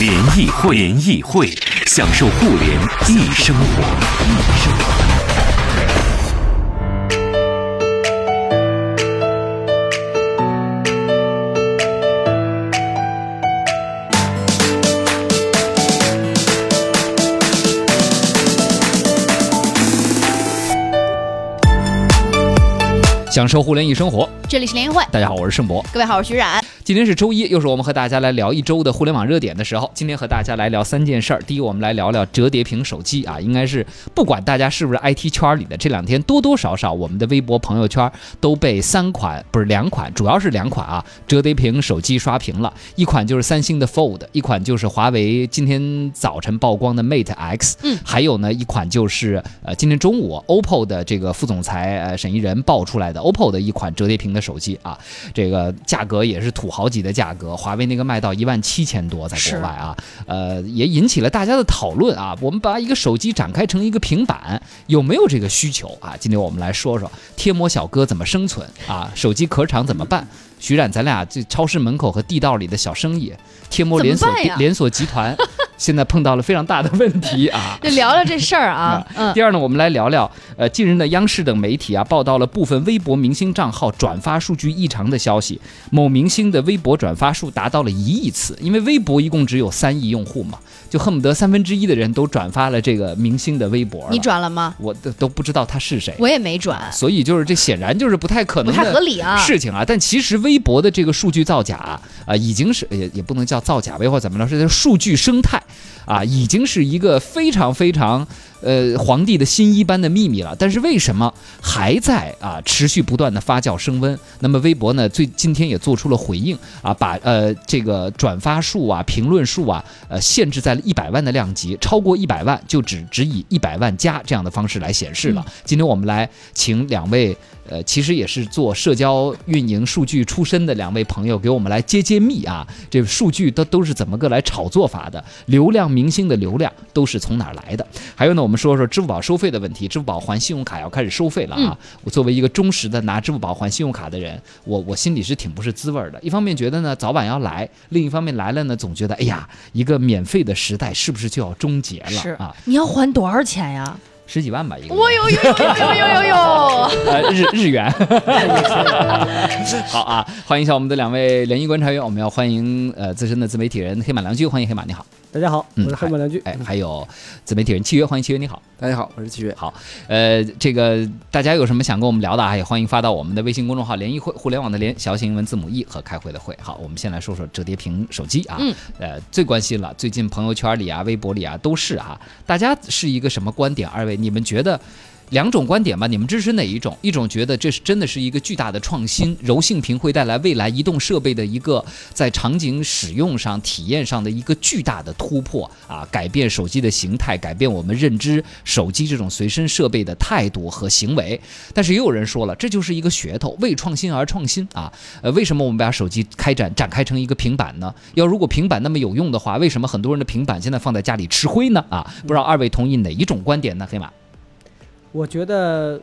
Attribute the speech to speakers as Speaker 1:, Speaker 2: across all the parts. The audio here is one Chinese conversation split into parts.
Speaker 1: 联谊会，联谊会，享受互联易生活。
Speaker 2: 享受互联易生活，
Speaker 3: 这里是联谊会，
Speaker 2: 大家好，我是盛博。
Speaker 3: 各位好，我是徐冉。
Speaker 2: 今天是周一，又是我们和大家来聊一周的互联网热点的时候。今天和大家来聊三件事儿。第一，我们来聊聊折叠屏手机啊，应该是不管大家是不是 IT 圈里的，这两天多多少少我们的微博朋友圈都被三款不是两款，主要是两款啊折叠屏手机刷屏了。一款就是三星的 Fold，一款就是华为今天早晨曝光的 Mate X，
Speaker 3: 嗯
Speaker 2: 还有呢一款就是呃今天中午 OPPO 的这个副总裁呃沈一人爆出来的 OPPO 的一款折叠屏的手机啊，这个价格也是土豪级的价格，华为那个卖到一万七千多，在国外啊，呃，也引起了大家的讨论啊。我们把一个手机展开成一个平板，有没有这个需求啊？今天我们来说说贴膜小哥怎么生存啊，手机壳厂怎么办？徐冉，咱俩这超市门口和地道里的小生意，贴膜连锁
Speaker 3: 怎么办呀
Speaker 2: 连锁集 团，现在碰到了非常大的问题啊。
Speaker 3: 就聊聊这事儿 啊，嗯，
Speaker 2: 第二呢，我们来聊聊，呃，近日呢，央视等媒体啊报道了部分微博明星账号转发数据异常的消息。某明星的微博转发数达到了一亿次，因为微博一共只有三亿用户嘛，就恨不得三分之一的人都转发了这个明星的微博了。
Speaker 3: 你，转了吗？
Speaker 2: 我都都不知道他是谁，
Speaker 3: 我也没转，
Speaker 2: 所以就是这显然就是不太可
Speaker 3: 不
Speaker 2: 能
Speaker 3: 太合
Speaker 2: 的。
Speaker 3: 理啊。
Speaker 2: 事情啊，但其实微博的这个数据造假啊、已经是也也不能叫造假，微博怎么着，是这呃数据生态啊，已经是一个非常非常呃皇帝的新衣般的秘密了。但是为什么还在啊持续不断的发酵升温？那么微博呢，最今天也做出了回应啊，把呃这个转发数啊、评论数啊，呃限制在了一百万的量级，超过一百万就只只以一百万加这样的方式来显示了。今天我们来请两位。呃，其实也是做社交运营数据出身的两位朋友，给我们来揭揭秘啊，这数据都都是怎么个来炒作法的？流量明星的流量都是从哪儿来的？还有呢，我们说说支付宝收费的问题，支付宝还信用卡要开始收费了啊！
Speaker 3: 嗯
Speaker 2: 我作为一个忠实的拿支付宝还信用卡的人，我我心里是挺不是滋味儿的。一方面觉得呢早晚要来，另一方面来了呢，总觉得哎呀，一个免费的时代是不是就要终结了
Speaker 3: 是
Speaker 2: 啊？，
Speaker 3: 你要还多少钱呀？
Speaker 2: 十几万吧一个月。
Speaker 3: 我呦呦呦呦呦呦呦！
Speaker 2: 呃，日日元。 好啊，欢迎一下我们的两位联谊观察员，我们要欢迎呃资深的自媒体人黑马良驹，欢迎黑马，你好。
Speaker 4: 大家好，我
Speaker 2: 嗯
Speaker 4: 是汉堡良驹。
Speaker 2: 哎，还有自媒体人契约，欢迎契约，你好。
Speaker 5: 大家好，我是七月。
Speaker 2: 呃，这个大家有什么想跟我们聊的啊，也欢迎发到我们的微信公众号“联谊会互联网”的联小写英文字母 e 和开会的会。好，我们先来说说折叠屏手机啊，
Speaker 3: 嗯
Speaker 2: 呃，最关心了，最近朋友圈里啊、微博里啊都是啊，大家是一个什么观点？二位，你们觉得？两种观点吧，你们支持哪一种？一种觉得这是真的是一个巨大的创新，柔性屏会带来未来移动设备的一个在场景使用上、体验上的一个巨大的突破啊，改变手机的形态，改变我们认知手机这种随身设备的态度和行为。但是也有人说了，这就是一个噱头，为创新而创新啊。呃，为什么我们把手机开展展开成一个平板呢？要如果平板那么有用的话，为什么很多人的平板现在放在家里吃灰呢？啊，不知道二位同意哪一种观点呢？黑马，
Speaker 4: 我觉得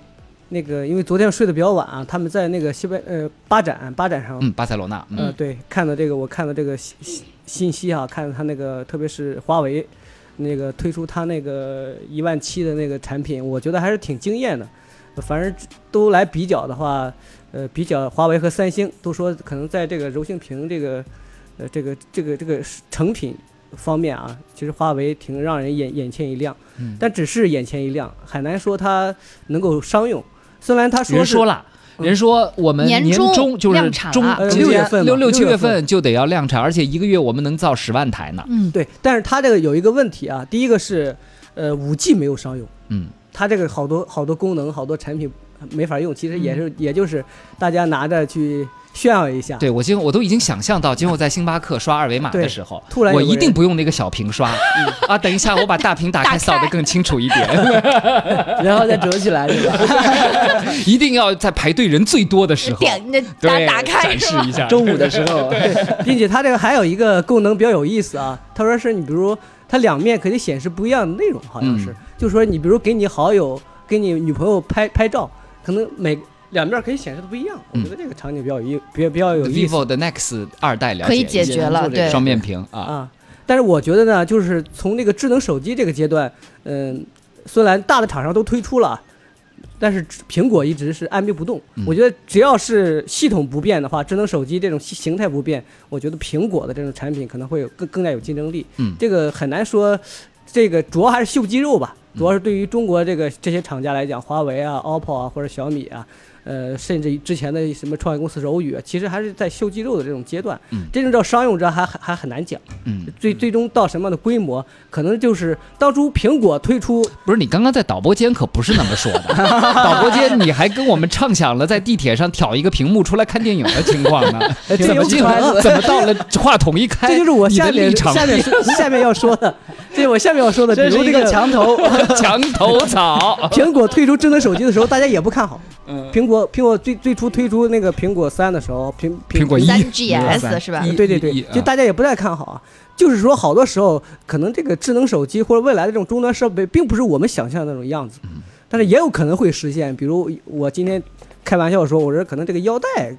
Speaker 4: 那个，因为昨天睡得比较晚啊，他们在那个西班呃巴展巴展上，
Speaker 2: 嗯，巴塞罗那，嗯
Speaker 4: 呃对，看到这个我看到这个信信信息啊，看到他那个特别是华为那个推出他那个一万七的那个产品，我觉得还是挺惊艳的。呃反正都来比较的话，呃，比较华为和三星，都说可能在这个柔性屏这个呃这个这个这个成品方面啊，其实华为挺让人眼眼前一亮。
Speaker 2: 嗯
Speaker 4: 但只是眼前一亮，很难说它能够商用。虽然他说
Speaker 2: 人
Speaker 4: 是嗯
Speaker 2: 说了。人说我们
Speaker 3: 年
Speaker 2: 年
Speaker 3: 中
Speaker 2: 中就是
Speaker 3: 量产
Speaker 2: 中
Speaker 3: 了
Speaker 4: 呃
Speaker 2: 六
Speaker 4: 六月份吧
Speaker 2: 六六七
Speaker 4: 六
Speaker 2: 月
Speaker 4: 月份
Speaker 2: 份就得要量产，而且一个月我们能造十万台呢。
Speaker 3: 嗯，
Speaker 4: 对，但是它这个有一个问题啊，第一个是呃五 G 没有商用，
Speaker 2: 嗯，
Speaker 4: 它这个好多好多功能、好多产品没法用，其实也是、也就是大家拿着去炫耀一下。
Speaker 2: 对，我今我都已经想象到，今后在星巴克刷二维码的时候，
Speaker 4: 对突然有
Speaker 2: 我
Speaker 4: 个人嗯
Speaker 2: 一定不用那个小屏刷、啊！等一下，我把大屏打
Speaker 3: 打
Speaker 2: 开，
Speaker 3: 开
Speaker 2: 扫得更清楚一点，
Speaker 4: 然后再折起来，是吧？
Speaker 2: 一定要在排队人最多的时候，
Speaker 3: 点那打
Speaker 2: 对，
Speaker 3: 打开
Speaker 2: 展
Speaker 3: 是
Speaker 2: 示
Speaker 3: 吗
Speaker 2: 一？下。
Speaker 4: 中午的时 候，对并且它这个还有一个功能比较有意思啊，他说是你比如它两面可以显示不一样的内容，好像是，
Speaker 2: 嗯
Speaker 4: 就说你比如给你好友、给你女朋友拍拍照，可能每两面可以显示的不一样，
Speaker 2: 嗯
Speaker 4: 我觉得这个场景比较有意，比较比较有意思啊
Speaker 2: vivo 的 Nex 二代了解
Speaker 3: 可以
Speaker 2: 一下
Speaker 3: 解决了，对，
Speaker 2: 双面屏啊，
Speaker 4: 啊。但是我觉得呢，就是从这个智能手机这个阶段，嗯，虽然大的厂商都推出了。啊但是苹果一直是按兵不动，
Speaker 2: 嗯
Speaker 4: 我觉得只要是系统不变的话，智能手机这种形形态不变，我觉得苹果的这种产品可能会有更更加有竞争力。
Speaker 2: 嗯
Speaker 4: 这个很难说，这个主要还是秀肌肉吧，主
Speaker 2: 嗯
Speaker 4: 要是对于中国这个这些厂家来讲，华为啊、OPPO 啊或者小米啊，呃，甚至之前的什么创业公司柔宇啊，其实还是在秀肌肉的这种阶段。
Speaker 2: 嗯
Speaker 4: 真正到商用这还还还很难讲，
Speaker 2: 嗯，
Speaker 4: 最最终到什么样的规模，可能就是当初苹果推出
Speaker 2: 不是你刚刚在导播间可不是那么说 的，导播间你还跟我们畅想了在地铁上挑一个屏幕出来看电影的情况呢，
Speaker 4: 哎
Speaker 2: 怎
Speaker 4: 这
Speaker 2: 么
Speaker 4: 有
Speaker 2: 进
Speaker 4: 可能
Speaker 2: 怎么到了话筒一开，
Speaker 4: 这就是我
Speaker 2: 哎你的
Speaker 4: 下面
Speaker 2: 立场
Speaker 4: 下面是下面要说的，这是我下面要说的，比如这个
Speaker 5: 墙头，
Speaker 2: 墙头草，
Speaker 4: 苹果推出智能手机的时候，大家也不看好。
Speaker 2: 嗯
Speaker 4: 苹果苹果最最初推出那个苹果三的时候，苹
Speaker 2: 苹果一
Speaker 4: 三
Speaker 2: 三
Speaker 3: 三 GS 是吧？
Speaker 2: 一
Speaker 4: 对对
Speaker 2: 一
Speaker 4: 对，
Speaker 2: 啊
Speaker 4: 就大家也不太看好啊。就是说，好多时候可能这个智能手机或者未来的这种终端设备，并不是我们想象的那种样子，
Speaker 2: 嗯
Speaker 4: 但是也有可能会实现。比如我今天开玩笑说，我说可能这个腰带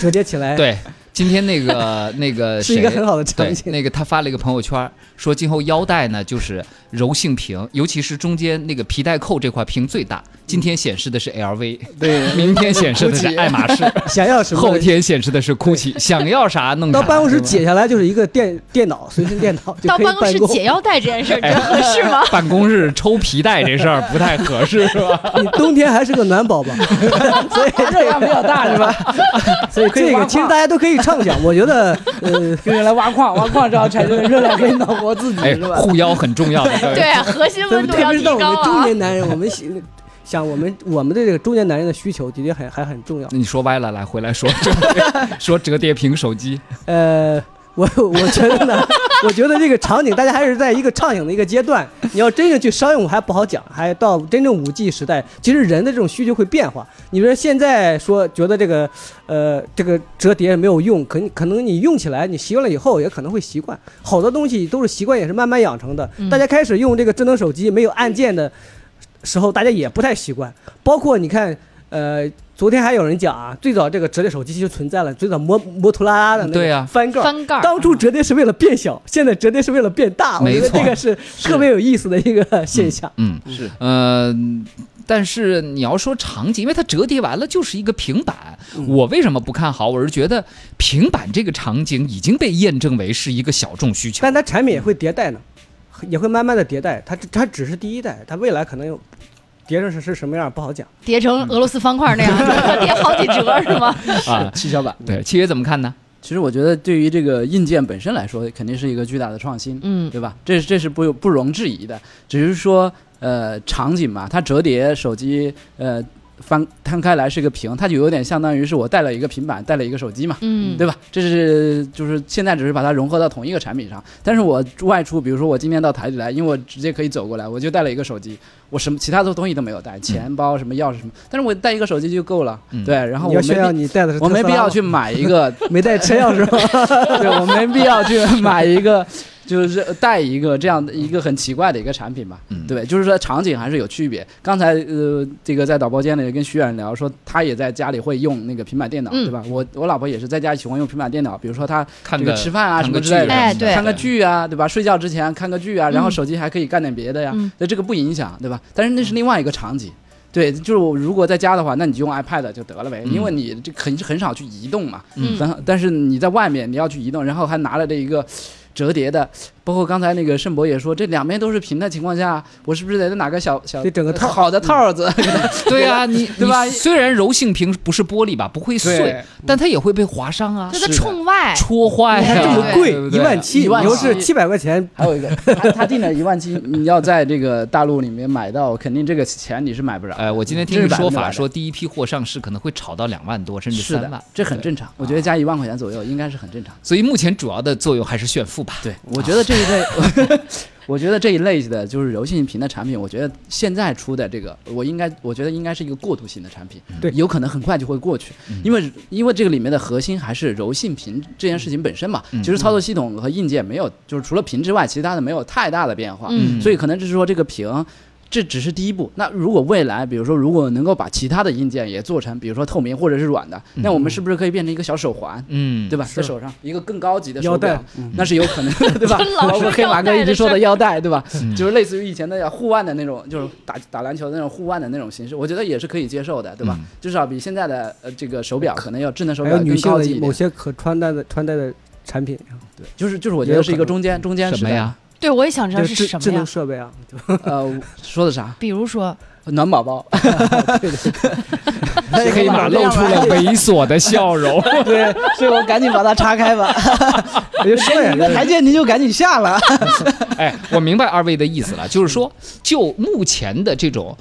Speaker 4: 折叠起来，
Speaker 2: 对，今天那个 那个
Speaker 4: 是一个
Speaker 2: 谁
Speaker 4: 很好的
Speaker 2: 对
Speaker 4: 场，景。
Speaker 2: 那个他发了一个朋友圈，说今后腰带呢就是柔性屏，尤其是中间那个皮带扣这块屏最大。今天显示的是 LV，
Speaker 5: 对，
Speaker 2: 明天显示的是
Speaker 5: Gucci
Speaker 2: 爱马 仕，
Speaker 4: 想要什么？
Speaker 2: 后天显示的是 GUCCI，想要啥弄啥。
Speaker 4: 到办公室
Speaker 2: 是吧
Speaker 4: 解下来就是一个电电脑，随身电脑 就
Speaker 3: 到
Speaker 4: 可以
Speaker 3: 办
Speaker 4: 办
Speaker 3: 公室解腰带这件事
Speaker 2: 哎
Speaker 3: 儿，你觉得 合适吗？
Speaker 2: 办公室抽皮带这事儿不太合适，是 吧？
Speaker 4: 你冬天还是个暖宝宝，所以
Speaker 5: 热量比较大是 吧？
Speaker 4: 所以这个其实大家都可以畅想。我觉得，呃，
Speaker 5: 跟人来挖矿，挖矿之后产生的热量可以暖和自己
Speaker 2: 哎
Speaker 5: 是，吧？
Speaker 2: 护腰很重要的。各位
Speaker 3: 对，啊核心
Speaker 4: 特
Speaker 3: 温度
Speaker 4: 别特
Speaker 3: 要
Speaker 4: 别
Speaker 3: 提
Speaker 4: 是到我
Speaker 3: 高
Speaker 4: 们中
Speaker 3: 啊！
Speaker 4: 年男人，我们想 想我们我们的这个中年男人的需求的确很还很重要。
Speaker 2: 你说歪了，来回来说 折叠说折叠屏手机，
Speaker 4: 呃，我我觉得呢， 我觉得这个场景大家还是在一个畅想的一个 阶段。你要真正去商用还不好讲，还到真正五 G 时代，其实人的这种需求会变化。你说现在说觉得这个呃这个折叠没有用，可可能你用起来你习惯了以后也可能会习惯。好多东西都是习惯也是慢慢养成的。
Speaker 3: 嗯
Speaker 4: 大家开始用这个智能手机没有按键的时候，大家也不太习惯。包括你看呃。昨天还有人讲啊，最早这个折叠手机就存在了，最早摩摩托拉拉的那
Speaker 2: 对啊
Speaker 4: 个翻盖儿，
Speaker 3: 翻盖儿，嗯
Speaker 4: 当初折叠是为了变小，现在折叠是为了变大，我
Speaker 2: 没
Speaker 4: 觉
Speaker 2: 错
Speaker 4: 得这个是特别有意思的一个现象。
Speaker 2: 嗯，
Speaker 5: 是
Speaker 2: 呃，但是你要说场景，因为它折叠完了就是一个平板，
Speaker 5: 嗯
Speaker 2: 我为什么不看好？我是觉得平板这个场景已经被验证为是一个小众需求。
Speaker 4: 但它产品也会迭代呢，也会慢慢的迭代。它它只是第一代，它未来可能有迭成是是什么样不好讲。
Speaker 3: 叠成俄罗斯方块那样， 叠好几折是吗？
Speaker 2: 啊
Speaker 5: 七巧板。
Speaker 2: 对，七爷怎么看呢？
Speaker 5: 其实我觉得，对于这个硬件本身来说，肯定是一个巨大的创新，
Speaker 3: 嗯
Speaker 5: 对吧？这是这是不不容置疑的。只是说，呃，场景嘛，它折叠手机，呃，翻摊开来是个屏，它就有点相当于是我带了一个平板，带了一个手机嘛，
Speaker 3: 嗯，
Speaker 5: 对吧？这是就是现在只是把它融合到同一个产品上，但是我外出，比如说我今天到台里来，因为我直接可以走过来，我就带了一个手机，我什么其他的东西都没有带，钱包、什么钥匙什么，但是我带一个手机就够了，
Speaker 2: 嗯
Speaker 5: 对，然后
Speaker 4: 你
Speaker 5: 我
Speaker 4: 要
Speaker 5: 没
Speaker 4: 炫耀
Speaker 5: 必
Speaker 4: 你带的是
Speaker 5: 我没必要
Speaker 4: 特斯
Speaker 5: 去买一
Speaker 4: 拉
Speaker 5: 个
Speaker 4: 吗没带车钥匙 吗？
Speaker 5: 对，我没必 要去买一个，就是带一个这样的一个很奇怪的一个产品吧，
Speaker 2: 嗯
Speaker 5: 对吧？就是说场景还是有区别。刚才呃，这个在导播间里跟徐远聊说，他也在家里会用那个平板电脑，
Speaker 3: 嗯
Speaker 5: 对吧？我我老婆也是在家喜欢用平板电脑，比如说她
Speaker 2: 看
Speaker 5: 这
Speaker 2: 个
Speaker 5: 个吃饭啊
Speaker 2: 看
Speaker 5: 什
Speaker 2: 个
Speaker 5: 么
Speaker 2: 剧
Speaker 5: 之类的，
Speaker 3: 哎对
Speaker 5: 看个剧啊，对吧？睡觉之前看个剧啊，然后
Speaker 3: 嗯
Speaker 5: 手机还可以干点别的呀，
Speaker 3: 嗯
Speaker 5: 那、这个不影响，对吧？但是那是另外一个场景。对，就是我如果在家的话，那你就用 iPad 就得了呗，
Speaker 2: 嗯
Speaker 5: 因为你这很很少去移动嘛。
Speaker 3: 嗯
Speaker 5: 但但是你在外面你要去移动，然后还拿了这一个折叠的，包括刚才那个盛博也说，这两边都是平的情况下，我是不是得拿个小小
Speaker 4: 得整个套嗯
Speaker 5: 好的套子？
Speaker 2: 对啊，你
Speaker 5: 对吧
Speaker 2: 你虽然柔性屏不是玻璃吧，不会碎
Speaker 5: 对，
Speaker 2: 但它也会被划伤啊
Speaker 3: 就，它
Speaker 5: 是的
Speaker 3: 冲外，
Speaker 2: 戳
Speaker 5: 哎
Speaker 2: 坏
Speaker 4: 还
Speaker 2: 呀、
Speaker 4: 这么贵
Speaker 2: 对不，
Speaker 4: 一
Speaker 2: 对
Speaker 4: 万七，
Speaker 5: 一万
Speaker 4: 你
Speaker 5: 七
Speaker 4: 又是七百块钱，
Speaker 5: 还有一个，他他定的一万七，你要在这个大陆里面买到，肯定这个钱你是买不着。
Speaker 2: 呃，我今天听
Speaker 5: 这
Speaker 2: 一
Speaker 5: 是
Speaker 2: 个
Speaker 5: 百
Speaker 2: 说
Speaker 5: 分之百
Speaker 2: 法，
Speaker 5: 的
Speaker 2: 说第一批货上市可能会炒到两万多，甚至
Speaker 5: 是
Speaker 2: 三
Speaker 5: 的
Speaker 2: 万，，
Speaker 5: 这很
Speaker 2: 对
Speaker 5: 正常。我觉得加一万块钱左右应该是很正常。
Speaker 2: 所以目前主要的作用还是炫富吧。啊
Speaker 5: 对，我觉得这一类， 我觉得这一类的就是柔性屏的产品，我觉得现在出的这个，我应该，我觉得应该是一个过渡型的产品，
Speaker 4: 对
Speaker 5: 有可能很快就会过去，因为因为这个里面的核心还是柔性屏这件事情本身嘛，其实操作系统和硬件没有，就是除了屏之外，其他的没有太大的变化，
Speaker 3: 嗯
Speaker 5: 所以可能就是说这个屏。这只是第一步。那如果未来，比如说，如果能够把其他的硬件也做成，比如说透明或者是软的，那我们是不是可以变成一个小手环，
Speaker 2: 嗯，
Speaker 5: 对吧？在手上一个更高级的手
Speaker 4: 腰带嗯
Speaker 5: 表，那是有 可能的，对吧？
Speaker 3: 跟老
Speaker 5: 包括
Speaker 3: 说
Speaker 5: 黑马
Speaker 3: 腰
Speaker 5: 哥
Speaker 3: 带
Speaker 5: 一直
Speaker 3: 的
Speaker 5: 说
Speaker 3: 事儿
Speaker 5: 的腰带，对吧？
Speaker 2: 嗯
Speaker 5: 就是类似于以前的互腕的那种，就是打打篮球的那种互腕的那种形式，我觉得也是可以接受的， 对吧？
Speaker 2: 嗯
Speaker 5: 至少比现在的呃这个手表可能要智能手
Speaker 4: 还
Speaker 5: 表
Speaker 4: 有女
Speaker 5: 更
Speaker 4: 性
Speaker 5: 高级
Speaker 4: 的
Speaker 5: 一
Speaker 4: 某
Speaker 5: 点，
Speaker 4: 些可穿戴的穿戴的产品，
Speaker 5: 就是就是我觉
Speaker 4: 也有
Speaker 5: 得是一
Speaker 4: 可
Speaker 5: 个
Speaker 4: 能
Speaker 5: 中间中间
Speaker 2: 什
Speaker 5: 时
Speaker 2: 么
Speaker 5: 代。
Speaker 2: 呀？
Speaker 3: 对我也想知
Speaker 4: 就
Speaker 3: 道
Speaker 4: 是
Speaker 3: 是
Speaker 4: 智
Speaker 3: 什
Speaker 4: 智
Speaker 3: 么呀
Speaker 4: 能？设 备啊，
Speaker 5: 呃，说的啥？
Speaker 3: 比如说，
Speaker 5: 暖宝宝，
Speaker 4: 那
Speaker 2: 黑 马露出了猥琐的笑容。
Speaker 5: 对，所以我赶紧把它岔开吧。
Speaker 4: 我就说 呀，
Speaker 5: 你的台阶您就赶紧下了。
Speaker 2: 哎，我明白二位的意思了，就是说，就目前的这种。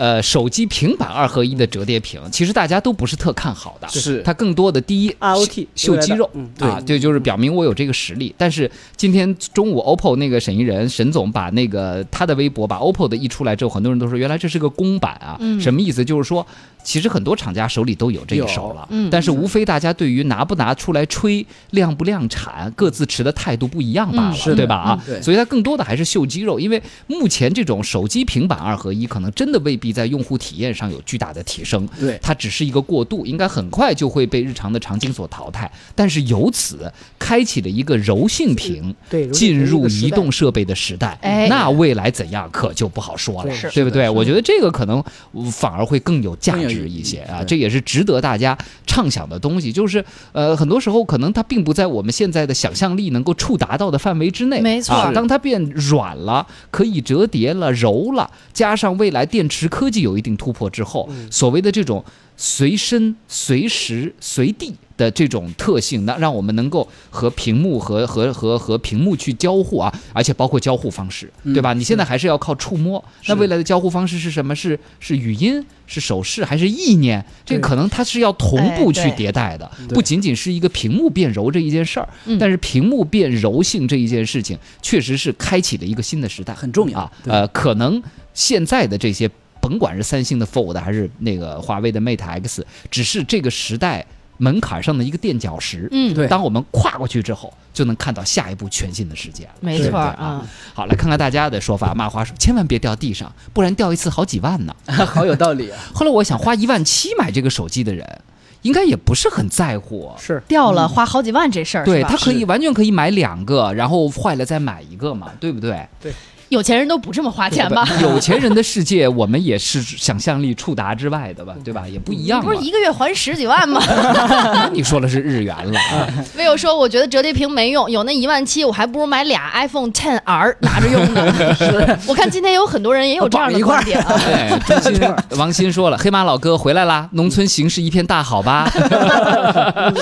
Speaker 2: 呃，手机、平板二合一的折叠屏，其实大家都不是特看好的。
Speaker 5: 是
Speaker 2: 它更多的第一
Speaker 3: 啊
Speaker 4: ROT
Speaker 2: 秀秀肌肉，
Speaker 4: 嗯
Speaker 2: 啊，对，就是表明我有这个实力。但是今天中午，OPPO 那个沈一人沈总把那个他的微博把 OPPO 的一出来之后，很多人都说原来这是个公版啊，
Speaker 3: 嗯
Speaker 2: 什么意思？就是说，其实很多厂家手里都有这一手了，
Speaker 3: 嗯
Speaker 2: 但是无非大家对于拿不拿出来吹、量不量产，各自持的态度不一样罢
Speaker 3: 嗯
Speaker 2: 了，
Speaker 3: 是的
Speaker 2: 对吧？啊，
Speaker 5: 嗯对
Speaker 2: 所以它更多的还是秀肌肉，因为目前这种手机、平板二合一，可能真的未必在用户体验上有巨大的提升。
Speaker 5: 对
Speaker 2: 它只是一个过渡，应该很快就会被日常的场景所淘汰。但是由此开启了一个柔性屏
Speaker 4: 对，如果
Speaker 2: 进入
Speaker 4: 这个时代
Speaker 2: 移动设备的时代
Speaker 3: 哎，
Speaker 2: 那未来怎样可就不好说了
Speaker 4: 对，是
Speaker 2: 对不对？我觉得这个可能反而会更有价
Speaker 5: 更有
Speaker 2: 值
Speaker 5: 意
Speaker 2: 一
Speaker 5: 义
Speaker 2: 些啊，
Speaker 5: 对
Speaker 2: 这也是值得大家畅想的东西。就是呃，很多时候可能它并不在我们现在的想象力能够触达到的范围之内，
Speaker 3: 没错
Speaker 2: 啊
Speaker 3: 是
Speaker 2: 当它变软了，可以折叠了、柔了，加上未来电池科技有一定突破之后，
Speaker 5: 嗯
Speaker 2: 所谓的这种随身、随时、随地的这种特性，那让我们能够和屏幕和和和和屏幕去交互啊，而且包括交互方式，
Speaker 5: 嗯
Speaker 2: 对吧？你现在还是要靠触摸，那
Speaker 5: 是
Speaker 2: 未来的交互方式是什么？是是语音，是手势，还是意念？这
Speaker 4: 对
Speaker 2: 可能它是要同步去
Speaker 3: 哎对
Speaker 2: 迭代的，
Speaker 5: 对
Speaker 2: 不仅仅是一个屏幕变柔这一件事儿，
Speaker 3: 嗯
Speaker 2: 但是屏幕变柔性这一件事情，确实是开启了一个新的时代，
Speaker 5: 很重要
Speaker 2: 啊。
Speaker 5: 对
Speaker 2: 呃，可能现在的这些，甭管是三星的 Fold 还是那个华为的 Mate X，只是这个时代门槛上的一个垫脚石。
Speaker 3: 嗯，
Speaker 5: 对
Speaker 2: 当我们跨过去之后，就能看到下一步全新的世界了。
Speaker 3: 没
Speaker 2: 对
Speaker 3: 错
Speaker 2: 不对
Speaker 3: 儿
Speaker 2: 啊。
Speaker 3: 啊，
Speaker 2: 好，来看看大家的说法。麻花说，千万别掉地上，不然掉一次好几万呢。
Speaker 5: 好有道 理啊。
Speaker 2: 后来我想，花一万七买这个手机的人，应该也不是很在乎。
Speaker 4: 是
Speaker 3: 掉了花好几万这事儿，
Speaker 2: 嗯对
Speaker 3: 是吧
Speaker 2: 他可以完全可以买两个，然后坏了再买一个嘛，对不 对？
Speaker 3: 有钱人都不这么花钱吧？
Speaker 2: 有钱人的世界，我们也是想象力触达之外的吧，对吧？也不一样
Speaker 3: 嗯不
Speaker 2: 嘛
Speaker 3: 是。一个月还十几万 吗？
Speaker 2: 你说了是日元 了啊，
Speaker 3: 没有说，我觉得折叠屏没用，有那一万七，我还不如买俩 iPhone Ten R 拿着用呢。 我看今天有很多人也有这样的观点啊。
Speaker 2: 对，中 心王鑫说了，黑马老哥回来
Speaker 3: 嗯
Speaker 2: 啦，农村形势一片大好 吧？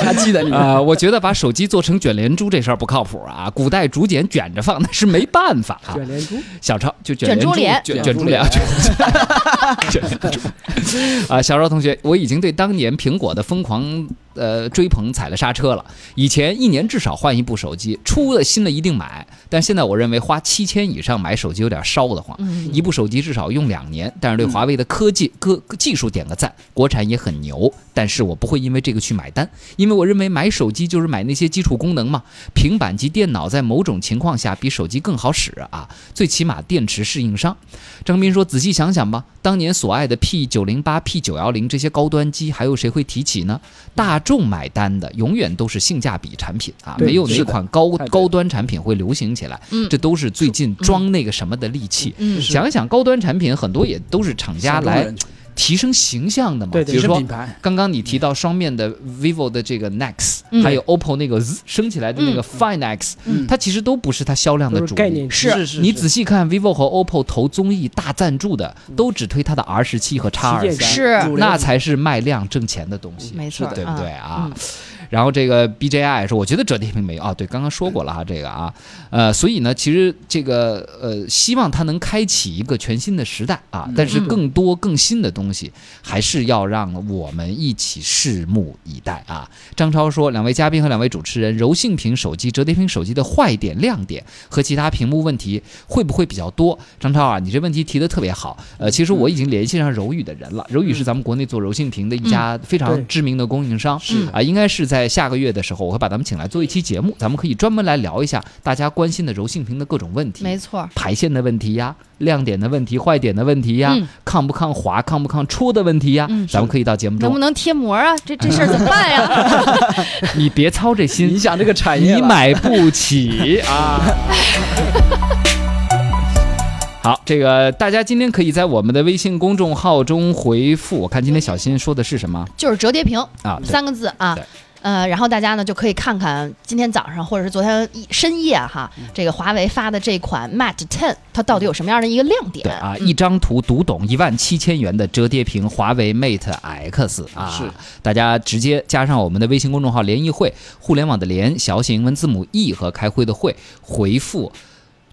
Speaker 5: 还记得你吗？
Speaker 2: 啊，我觉得把手机做成卷帘珠这事儿不靠谱啊，古代竹简卷着放那是没办法啊。
Speaker 4: 卷帘珠，
Speaker 2: 小超就
Speaker 3: 卷
Speaker 2: 卷
Speaker 3: 珠帘
Speaker 2: 卷
Speaker 5: 卷
Speaker 2: 卷
Speaker 5: 珠
Speaker 2: 珠帘
Speaker 5: 帘，
Speaker 2: 卷卷珠 啊！小超同学，我已经对当年苹果的疯狂呃追捧踩了刹车了。以前一年至少换一部手机，出了新的一定买，但现在我认为花七千以上买手机有点烧得慌。
Speaker 3: 嗯
Speaker 2: 一部手机至少用两年，但是对华为的科技科技术点个赞，国产也很牛，但是我不会因为这个去买单，因为我认为买手机就是买那些基础功能嘛。平板及电脑在某种情况下比手机更好使啊，最起码电池适应商。张斌说：“仔细想想吧，当年所爱的 P 九零八、P 九幺零这些高端机，还有谁会提起呢？大众买单的永远都是性价比产品啊，
Speaker 4: 对
Speaker 2: 没有哪
Speaker 5: 是的
Speaker 2: 款高
Speaker 5: 太对了
Speaker 2: 高端产品会流行起来。
Speaker 3: 嗯
Speaker 2: 这都是最近装那个什么的利器。
Speaker 3: 嗯，
Speaker 2: 想一想，高端产品很多也都是厂家
Speaker 5: 小众
Speaker 2: 来
Speaker 5: 人群
Speaker 2: 提升形象的嘛。
Speaker 4: 对对
Speaker 2: 比
Speaker 5: 提
Speaker 2: 如
Speaker 5: 升
Speaker 2: 说
Speaker 5: 品牌，
Speaker 2: 刚刚你提到双面的
Speaker 4: 嗯
Speaker 2: vivo 的这个 Nex，、
Speaker 3: 嗯
Speaker 2: 还有 OPPO 那个 Z 升起来的那个
Speaker 3: 嗯
Speaker 2: Find X，、
Speaker 5: 嗯
Speaker 2: 它其实都不是它销量的
Speaker 4: 都
Speaker 2: 主
Speaker 4: 是
Speaker 2: 力。
Speaker 4: 概念机
Speaker 5: 是是是
Speaker 2: 你仔细看 vivo 和 OPPO 投综艺大赞助的，都只推它的 R 十七和 X 二
Speaker 4: 嗯旗舰
Speaker 2: 三
Speaker 4: 机，
Speaker 3: 是
Speaker 5: 主流
Speaker 2: 那才是卖量挣钱的东西，
Speaker 3: 没错
Speaker 2: 是对不对啊？
Speaker 3: 嗯
Speaker 2: 然后这个 BJI 说，我觉得折叠屏没有啊，对，刚刚说过了哈，这个啊，呃，所以呢，其实这个呃，希望它能开启一个全新的时代啊
Speaker 5: 嗯，
Speaker 2: 但是更多更新的东西，还是要让我们一起拭目以待啊。张超说，两位嘉宾和两位主持人，柔性屏手机、折叠屏手机的坏点、亮点和其他屏幕问题会不会比较多？张超啊，你这问题提的特别好。呃，其实我已经联系上柔宇的人了，柔宇是咱们国内做柔性屏的一家非
Speaker 4: 对
Speaker 2: 常知名的供应商。
Speaker 5: 是
Speaker 2: 啊，应该是在下个月的时候，我会把咱们请来做一期节目，咱们可以专门来聊一下大家关心的柔性屏的各种问题，
Speaker 3: 没错，
Speaker 2: 排线的问题呀，亮点的问题、坏点的问题呀，
Speaker 3: 嗯
Speaker 2: 抗不抗滑、抗不抗戳的问题呀，
Speaker 3: 嗯
Speaker 2: 咱们可以到节目
Speaker 3: 能不
Speaker 2: 中，
Speaker 3: 能贴膜啊？这这事 儿怎么办呀？
Speaker 2: 你别操这
Speaker 5: 你
Speaker 2: 心，
Speaker 5: 想这个产业
Speaker 2: 你
Speaker 5: 了，
Speaker 2: 买不起啊。 好，这个大家今天可以在我们的微信公众号中回复，我看今天小新说的是什么
Speaker 3: 就是折叠屏
Speaker 2: 啊？对
Speaker 3: 三个字啊
Speaker 2: 对。
Speaker 3: 呃，然后大家呢就可以看看今天早上或者是昨天一深夜哈，
Speaker 2: 嗯
Speaker 3: 这个华为发的这款 Mate 10，它到底有什么样的一个亮点嗯
Speaker 2: 对啊，一张图读懂一万七千元的折叠屏华为 Mate X 啊，
Speaker 5: 是
Speaker 2: 大家直接加上我们的微信公众号“联谊会”，互联网的“联”小写英文字母 “e” 和开会的“会”，回复。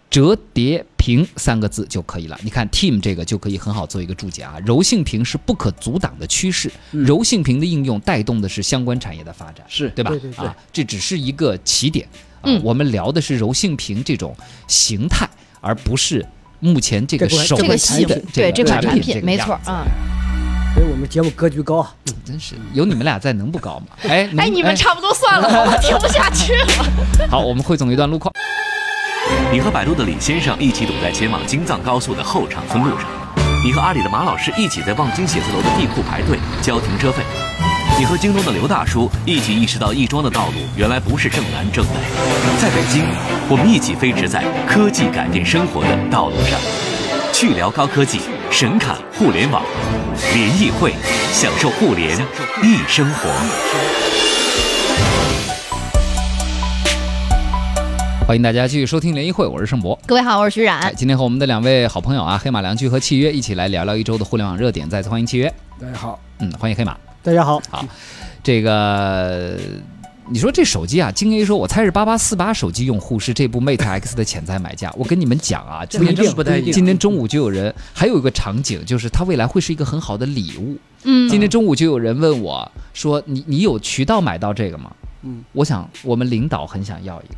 Speaker 2: 折叠屏三个字就可以了。你看 Team 这个就可以很好做一个注解啊。柔性屏是不可阻挡的趋势，
Speaker 5: 嗯
Speaker 2: 柔性屏的应用带动的是相关产业的发展。
Speaker 5: 是
Speaker 2: 对吧？
Speaker 4: 对对对
Speaker 2: 啊，这只是一个起点。啊
Speaker 3: 嗯
Speaker 2: 我们聊的是柔性屏这种形态，而不是目前这个
Speaker 4: 这款
Speaker 2: 手
Speaker 3: 这个
Speaker 2: 机
Speaker 3: 形
Speaker 2: 的
Speaker 3: 对
Speaker 2: 这
Speaker 3: 这
Speaker 2: 个
Speaker 3: 款
Speaker 2: 产
Speaker 3: 产
Speaker 2: 这
Speaker 3: 品
Speaker 2: 个
Speaker 3: 没
Speaker 2: 样
Speaker 3: 错
Speaker 2: 子嗯
Speaker 3: 啊。
Speaker 4: 所以我们节目格局高啊，
Speaker 2: 真是有你们俩在，能不高吗？哎，能
Speaker 3: 哎，你们差不多算了，我听不下去了。
Speaker 2: 好，我们汇总一段路况。
Speaker 1: 你和百度的李先生一起堵在前往京藏高速的后场村路上，你和阿里的马老师一起在望京写字楼的地库排队交停车费，你和京东的刘大叔一起意识到亦庄的道路原来不是正南正北，在北京，我们一起飞驰在科技改变生活的道路上，去聊高科技，神侃互联网，联谊会，享受互联易生活。
Speaker 2: 欢迎大家继续收听联谊会，我是盛博。
Speaker 3: 各位好，我是徐冉
Speaker 2: 哎，。今天和我们的两位好朋友啊，黑马良驹和契约一起来聊聊一周的互联网热点。再次欢迎契约，
Speaker 5: 大家好，
Speaker 2: 嗯，欢迎黑马。
Speaker 4: 大家好，
Speaker 2: 这个，你说这手机啊，金 A 说，我猜是八八四八手机用户是这部 Mate X 的潜在买家。我跟你们讲啊，今天
Speaker 5: 还真不太一样
Speaker 2: 今天中午就有人，还有一个场景，就是它未来会是一个很好的礼物。
Speaker 3: 嗯，
Speaker 2: 今天中午就有人问我说：“你你有渠道买到这个吗？”
Speaker 5: 嗯，
Speaker 2: 我想我们领导很想要一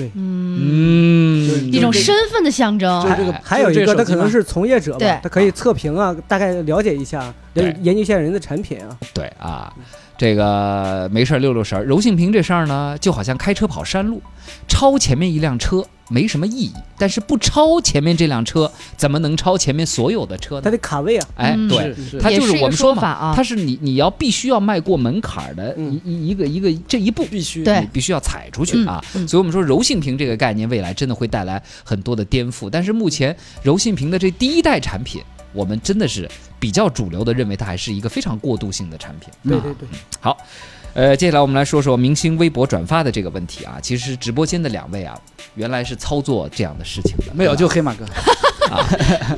Speaker 2: 个，
Speaker 3: 嗯，
Speaker 2: 嗯
Speaker 5: 就
Speaker 3: 一种身份的象征。
Speaker 5: 就是这
Speaker 2: 哎
Speaker 5: 个，
Speaker 4: 还有一
Speaker 5: 就是
Speaker 4: 个
Speaker 5: 这
Speaker 4: 他
Speaker 5: 手
Speaker 4: 可
Speaker 5: 机吗
Speaker 4: 能是从业者
Speaker 3: 啊对
Speaker 4: 嘛，他可以测评啊，大概了解一下，了
Speaker 2: 对
Speaker 4: 解研究一下人的产品啊，
Speaker 2: 对啊。这个没事儿溜溜神儿，柔性屏这事儿呢，就好像开车跑山路，超前面一辆车没什么意义，但是不超前面这辆车，怎么能超前面所有的车
Speaker 4: 他
Speaker 2: 呢？
Speaker 4: 得卡位啊，
Speaker 2: 哎，
Speaker 3: 嗯
Speaker 2: 对，
Speaker 5: 是
Speaker 2: 它
Speaker 5: 是，
Speaker 3: 也
Speaker 2: 就是
Speaker 3: 一个
Speaker 2: 我们说
Speaker 3: 说
Speaker 2: 嘛，
Speaker 3: 法啊
Speaker 2: 它是你你要必须要迈过门槛儿的一
Speaker 4: 嗯
Speaker 2: 一一个一个这一步，
Speaker 5: 必须
Speaker 3: 对
Speaker 2: 你必须要踩出去啊。
Speaker 3: 哎嗯嗯
Speaker 2: 所以我们说柔性屏这个概念未来真的会带来很多的颠覆，但是目前柔性屏的这第一代产品，我们真的是比较主流的认为它还是一个非常过渡性的产品。
Speaker 4: 对
Speaker 2: 啊
Speaker 4: 对对，
Speaker 2: 呃，接下来我们来说说明星微博转发的这个问题啊。其实直播间的两位啊，原来是操作这样的事情的，
Speaker 5: 没有
Speaker 2: 对
Speaker 5: 就
Speaker 2: 吧
Speaker 5: 黑马哥，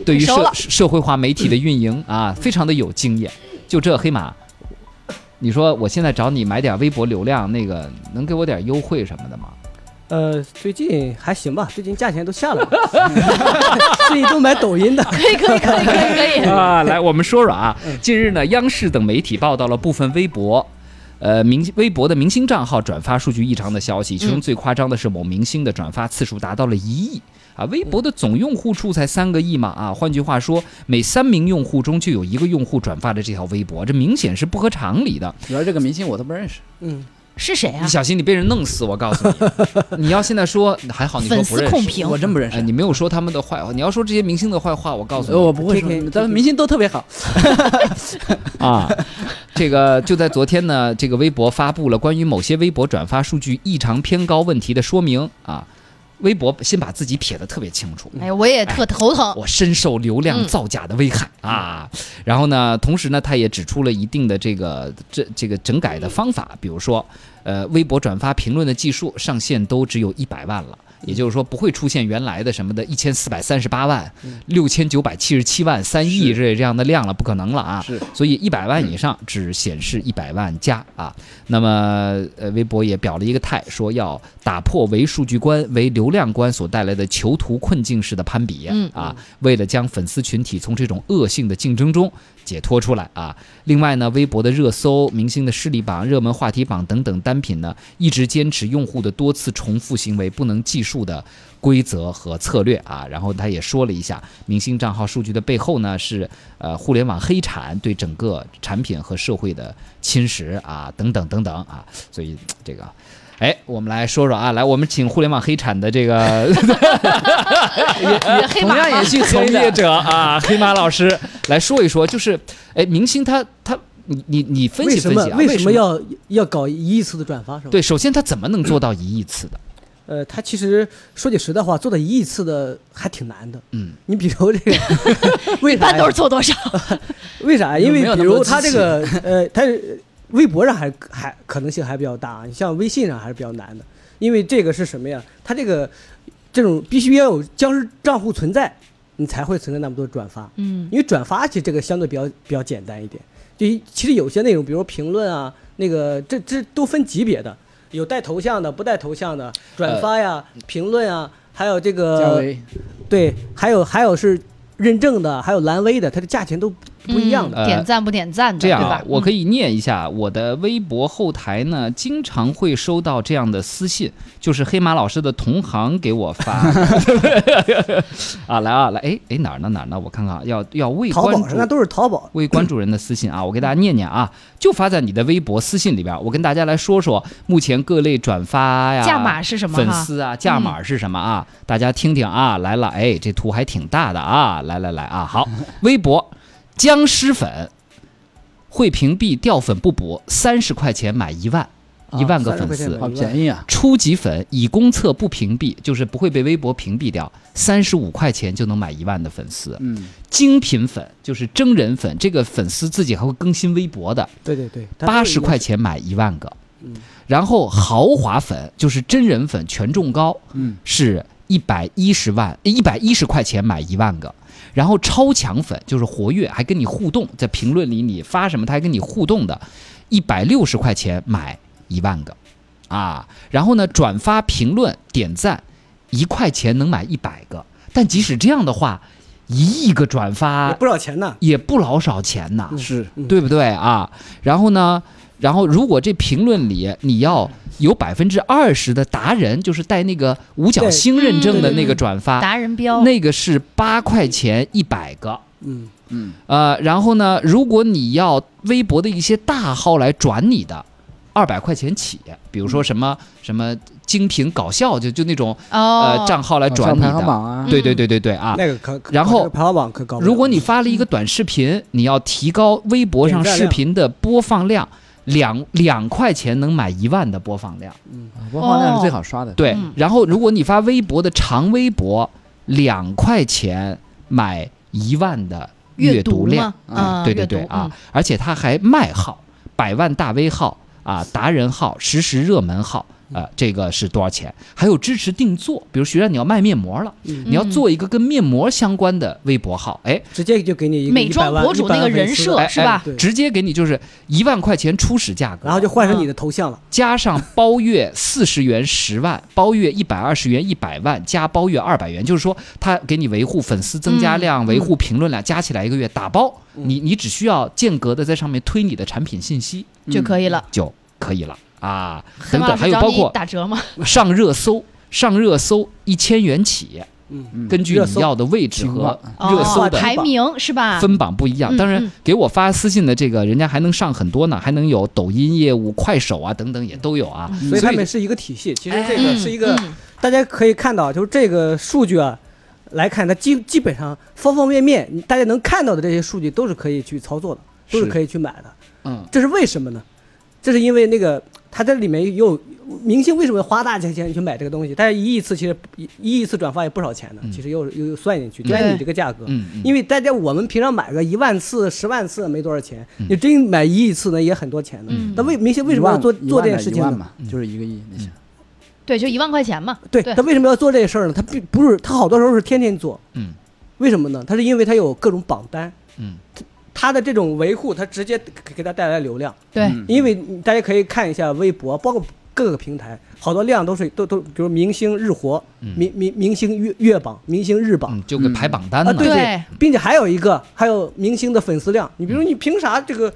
Speaker 2: 对于
Speaker 3: 熟
Speaker 2: 社
Speaker 3: 了
Speaker 2: 社会化媒体的运营啊，非常的有经验。就这黑马，你说我现在找你买点微博流量，那个能给我点优惠什么的吗？
Speaker 4: 呃，最近还行吧，最近价钱都下来了， 最近都买抖音的，
Speaker 2: 哎
Speaker 3: 可以可以可以可以可 以。
Speaker 2: 啊，来，我们说说啊。近日呢，央视等媒体报道了部分微博。呃，明微博的明星账号转发数据异常的消息，其中最夸张的是某明星的转发次数达到了一亿啊！微博的总用户数才三个亿嘛啊！换句话说，每三名用户中就有一个用户转发了这条微博，这明显是不合常理
Speaker 3: 啊
Speaker 2: 的。
Speaker 5: 主要这个明星我都不认识，
Speaker 4: 嗯，
Speaker 3: 是谁啊
Speaker 2: 你？小心你被人弄死，我告诉你！ 你要现在说还好，你说
Speaker 3: 粉
Speaker 2: 不
Speaker 3: 丝
Speaker 2: 认
Speaker 3: 控
Speaker 2: 识，
Speaker 3: 评
Speaker 5: 我。真不认
Speaker 2: 哎，
Speaker 5: 识。
Speaker 2: 你没有说他们的坏话，你要说这些明星的坏话，我告诉你，
Speaker 5: 呃，我不会说
Speaker 4: KK，
Speaker 5: 咱们明星都特别好，
Speaker 2: 啊， 这个就在昨天呢，这个微博发布了关于某些微博转发数据异常偏高问题的说明啊。微博先把自己撇得特别清楚。
Speaker 3: 哎呀，我也特头疼。
Speaker 2: 我深受流量造假的危害、啊！然后呢，同时呢，他也指出了一定的这个这这个整改的方法，比如说，呃，微博转发评论的技术上限都只有一百万了，也就是说不会出现原来的什么的一千四百三十八万、六千九百七十七万、三亿这这样的量了，不可能了啊！
Speaker 5: 是
Speaker 2: 所以一百万以上只显示一百万加啊。那么，呃，微博也表了一个态，说要打破唯数据观、唯流量观所带来的囚徒困境式的攀比
Speaker 3: 嗯
Speaker 2: 啊，为了将粉丝群体从这种恶性的竞争中解脱出来啊。另外呢，微博的热搜、明星的势力榜、热门话题榜等等单品呢，一直坚持用户的多次重复行为不能计数的规则和策略啊。然后他也说了一下，明星账号数据的背后呢，是呃互联网黑产对整个产品和社会的侵蚀啊，等等等等啊。所以这个。哎，我们来说说啊，来，我们请互联网黑产的这个
Speaker 3: 黑
Speaker 2: 哎
Speaker 5: 同
Speaker 3: 马
Speaker 5: 样
Speaker 3: 嘛
Speaker 5: 也姓
Speaker 2: 从
Speaker 5: 黑
Speaker 2: 业
Speaker 5: 的，
Speaker 2: 者啊，黑马老师来说一说，就是，哎，明星他他，你你你分
Speaker 4: 为
Speaker 2: 析
Speaker 4: 什
Speaker 2: 分
Speaker 4: 么
Speaker 2: 析啊，
Speaker 4: 为
Speaker 2: 什
Speaker 4: 什么要要搞一亿次的转发是吧？
Speaker 2: 对？首先他怎么能做到一亿次的？
Speaker 4: 呃，他其实说句实在话，做到一亿次的还挺难的。
Speaker 2: 嗯，
Speaker 4: 你比如 这个，为
Speaker 3: 一
Speaker 4: 啥
Speaker 3: 般
Speaker 4: 呀
Speaker 3: 都是做多少？
Speaker 4: 为啥？因
Speaker 5: 没
Speaker 4: 为
Speaker 5: 有那
Speaker 4: 比
Speaker 5: 么多
Speaker 4: 如他
Speaker 5: 机
Speaker 4: 这个
Speaker 5: 器
Speaker 4: 呃，他微博上还还可能性还比较大，啊你像微信上还是比较难的，因为这个是什么呀？他这个这种必须要有僵尸账户存在，你才会存在那么多转发。
Speaker 3: 嗯
Speaker 4: 因为转发其实这个相对比较比较简单一点，就一其实有些内容，比如说评论啊，那个这这都分级别的，有带头像的，不带头像的，转发呀、评论啊，还有这
Speaker 5: 呃加
Speaker 4: 个
Speaker 5: 维
Speaker 4: 对，还有还有是认证的，还有蓝 V 的，它的价钱都不
Speaker 3: 嗯
Speaker 4: 不一样的。
Speaker 2: 呃
Speaker 3: 点赞不点赞的，
Speaker 2: 这样
Speaker 3: 对
Speaker 2: 啊
Speaker 3: 吧，？
Speaker 2: 我可
Speaker 3: 以
Speaker 2: 以念一下我的微博后台呢，经常会收到这样的私信，就是黑马老师的同行给我发 啊，来啊来，哎哎哪儿呢哪儿呢？我看看，啊，要要为
Speaker 4: 淘
Speaker 2: 关
Speaker 4: 宝
Speaker 2: 注
Speaker 4: 上那都是淘宝，
Speaker 2: 为关注人的私信啊，我给大家念念啊，就发在你的微博私信里边儿。我跟大家来说说目前各类转发呀、
Speaker 3: 价码是什么哈？嗯
Speaker 2: 粉丝啊，价码是什么啊？大家听听啊，来了，哎，这图还挺大的啊，来来来啊，好，微博僵尸粉会屏蔽掉粉不补，三十块钱买一万，一万个
Speaker 4: 30
Speaker 2: 粉
Speaker 4: 啊块钱
Speaker 2: 丝
Speaker 4: 买。
Speaker 5: 好便宜啊！
Speaker 2: 初级粉以公测不屏蔽，就是不会被微博屏蔽掉，三十五块钱就能买一万的粉丝。
Speaker 5: 嗯，
Speaker 2: 精品粉，就是真人粉，这个粉丝自己还会更新微博的，
Speaker 4: 对对对，它
Speaker 2: 八
Speaker 4: 都是
Speaker 2: 十
Speaker 4: 一个
Speaker 2: 块。钱买一万个。
Speaker 4: 嗯
Speaker 2: 然后豪华粉就是真人粉，权重高，
Speaker 5: 嗯，
Speaker 2: 是一百一十万一百一十块钱买一万个。然后超强粉就是活跃，还跟你互动，在评论里你发什么，他还跟你互动的，一百六十块钱买一万个，啊，然后呢转发评论点赞，一块钱能买一百个。但即使这样的话，一亿个转发
Speaker 4: 也不少钱呢。
Speaker 2: 也不老少钱呐，
Speaker 5: 是
Speaker 4: 嗯
Speaker 2: 对不对啊？然后呢，然后如果这评论里你要有百分之二十的达人，就是带那个五角星认证的那个转发，
Speaker 3: 嗯达人标，
Speaker 2: 那个是八块钱一百个。
Speaker 4: 嗯，
Speaker 5: 嗯，
Speaker 2: 呃，然后呢，如果你要微博的一些大号来转你的，二百块钱起，比如说什么、什么精品搞笑，就就那种、
Speaker 3: 哦
Speaker 2: 呃，账号来转
Speaker 5: 上
Speaker 2: 你
Speaker 5: 排行
Speaker 2: 的，
Speaker 5: 榜啊，
Speaker 2: 对对对对对啊，
Speaker 4: 那个可可
Speaker 2: 然后
Speaker 4: 这个排行榜可高不了。
Speaker 2: 如果你发了一个短视频，你要提高微博上视频的播放量，两两块钱能买一万的播放量。
Speaker 5: 啊播放量是最好刷的。
Speaker 2: 对，
Speaker 3: 嗯
Speaker 2: 然后如果你发微博的长微博，两块钱买一万的阅
Speaker 3: 读
Speaker 2: 量
Speaker 3: 嘛，，
Speaker 5: 啊
Speaker 3: 嗯
Speaker 2: 对对对
Speaker 3: 阅读
Speaker 2: 啊
Speaker 3: 嗯，
Speaker 2: 而且它还卖号，百万大 V 号啊，达人号，实时热门号。啊，这个是多少钱？还有支持定做，比如学长你要卖面膜了，
Speaker 4: 嗯
Speaker 2: 你要做一个跟面膜相关的微博号，哎，
Speaker 4: 直接就给你一个
Speaker 3: 美妆
Speaker 4: 100万
Speaker 3: 博主那个人，
Speaker 4: 100万粉丝
Speaker 3: 设
Speaker 2: 哎
Speaker 3: 是吧？
Speaker 4: 对
Speaker 2: 直接给你就是一万块钱初始价格，
Speaker 4: 然后就换成你的头像了。
Speaker 2: 加上包月四十元十万， 包月一百二十元一百万，加包月二百元，就是说他给你维护粉丝增加量、
Speaker 3: 嗯
Speaker 2: 维护评论量，加起来一个月打包，
Speaker 4: 嗯
Speaker 2: 你你只需要间隔的在上面推你的产品信息
Speaker 5: 嗯
Speaker 3: 就可以了。
Speaker 2: 就可以了啊，
Speaker 3: 黑
Speaker 2: 等
Speaker 3: 马
Speaker 2: 等，
Speaker 3: 老
Speaker 2: 还
Speaker 3: 师
Speaker 2: 有
Speaker 3: 找
Speaker 2: 包
Speaker 3: 你
Speaker 2: 括
Speaker 3: 打折吗？
Speaker 2: 上热搜，上热搜一千元起，
Speaker 4: 嗯，
Speaker 5: 嗯
Speaker 2: 根据
Speaker 4: 热
Speaker 2: 你
Speaker 4: 搜
Speaker 2: 要的位置和
Speaker 3: 哦
Speaker 2: 热搜的
Speaker 3: 排名是
Speaker 4: 啊
Speaker 3: 吧？
Speaker 2: 分榜不一样。
Speaker 3: 嗯
Speaker 2: 当然
Speaker 3: 嗯，
Speaker 2: 给我发私信的这个人家还能上很多呢，还能有抖音业务、快手啊等等也都有啊。
Speaker 4: 所
Speaker 2: 所
Speaker 4: 以他
Speaker 2: 以
Speaker 4: 们是一个体系。其实
Speaker 2: 哎
Speaker 4: 这
Speaker 3: 嗯
Speaker 4: 个是一个
Speaker 3: 嗯
Speaker 4: 大家可以看到，就是这个数据啊，来看它基基本上方方面面，大家能看到的这些数据都是可以去操作的，都是
Speaker 5: 是
Speaker 4: 可以去买的。
Speaker 2: 嗯，
Speaker 4: 这是为什么呢？这是因为那个它这里面也有明星为什么花大价钱去买这个东西？但是一亿次其实一一亿次转发也不少钱的
Speaker 2: 嗯，
Speaker 4: 其实又又又算进去，就
Speaker 3: 对
Speaker 4: 按你这个价格。
Speaker 2: 嗯，嗯
Speaker 4: 因为大家我们平常买个一万次、十万次没多少钱
Speaker 2: 嗯，
Speaker 4: 你真买一亿次呢也很多钱的
Speaker 3: 嗯。
Speaker 4: 那为明星为什么要做
Speaker 5: 一万
Speaker 4: 做这
Speaker 5: 一
Speaker 4: 件
Speaker 5: 万的
Speaker 4: 事情
Speaker 5: 一万
Speaker 4: 呢？嗯
Speaker 5: 嘛，就是一个亿，你想，
Speaker 3: 对，就一万块钱嘛。
Speaker 4: 对
Speaker 3: 对
Speaker 4: 他为什么要做这事儿呢？他并不是他好多时候是天天做，
Speaker 2: 嗯
Speaker 4: 为什么呢？他是因为他有各种榜单，
Speaker 2: 嗯
Speaker 4: 他的这种维护，他直接给给他带来流量。
Speaker 3: 对，
Speaker 5: 嗯
Speaker 4: 因为你大家可以看一下微博，包括各个平台，好多量都是都都，比如明星日活、
Speaker 2: 嗯
Speaker 4: 明明明星月月榜、明星日榜、
Speaker 2: 嗯，就给排榜单嘛，
Speaker 4: 啊，对
Speaker 3: 对
Speaker 4: 并且还有一个还有明星的粉丝量。你比
Speaker 2: 嗯
Speaker 4: 如你凭啥这个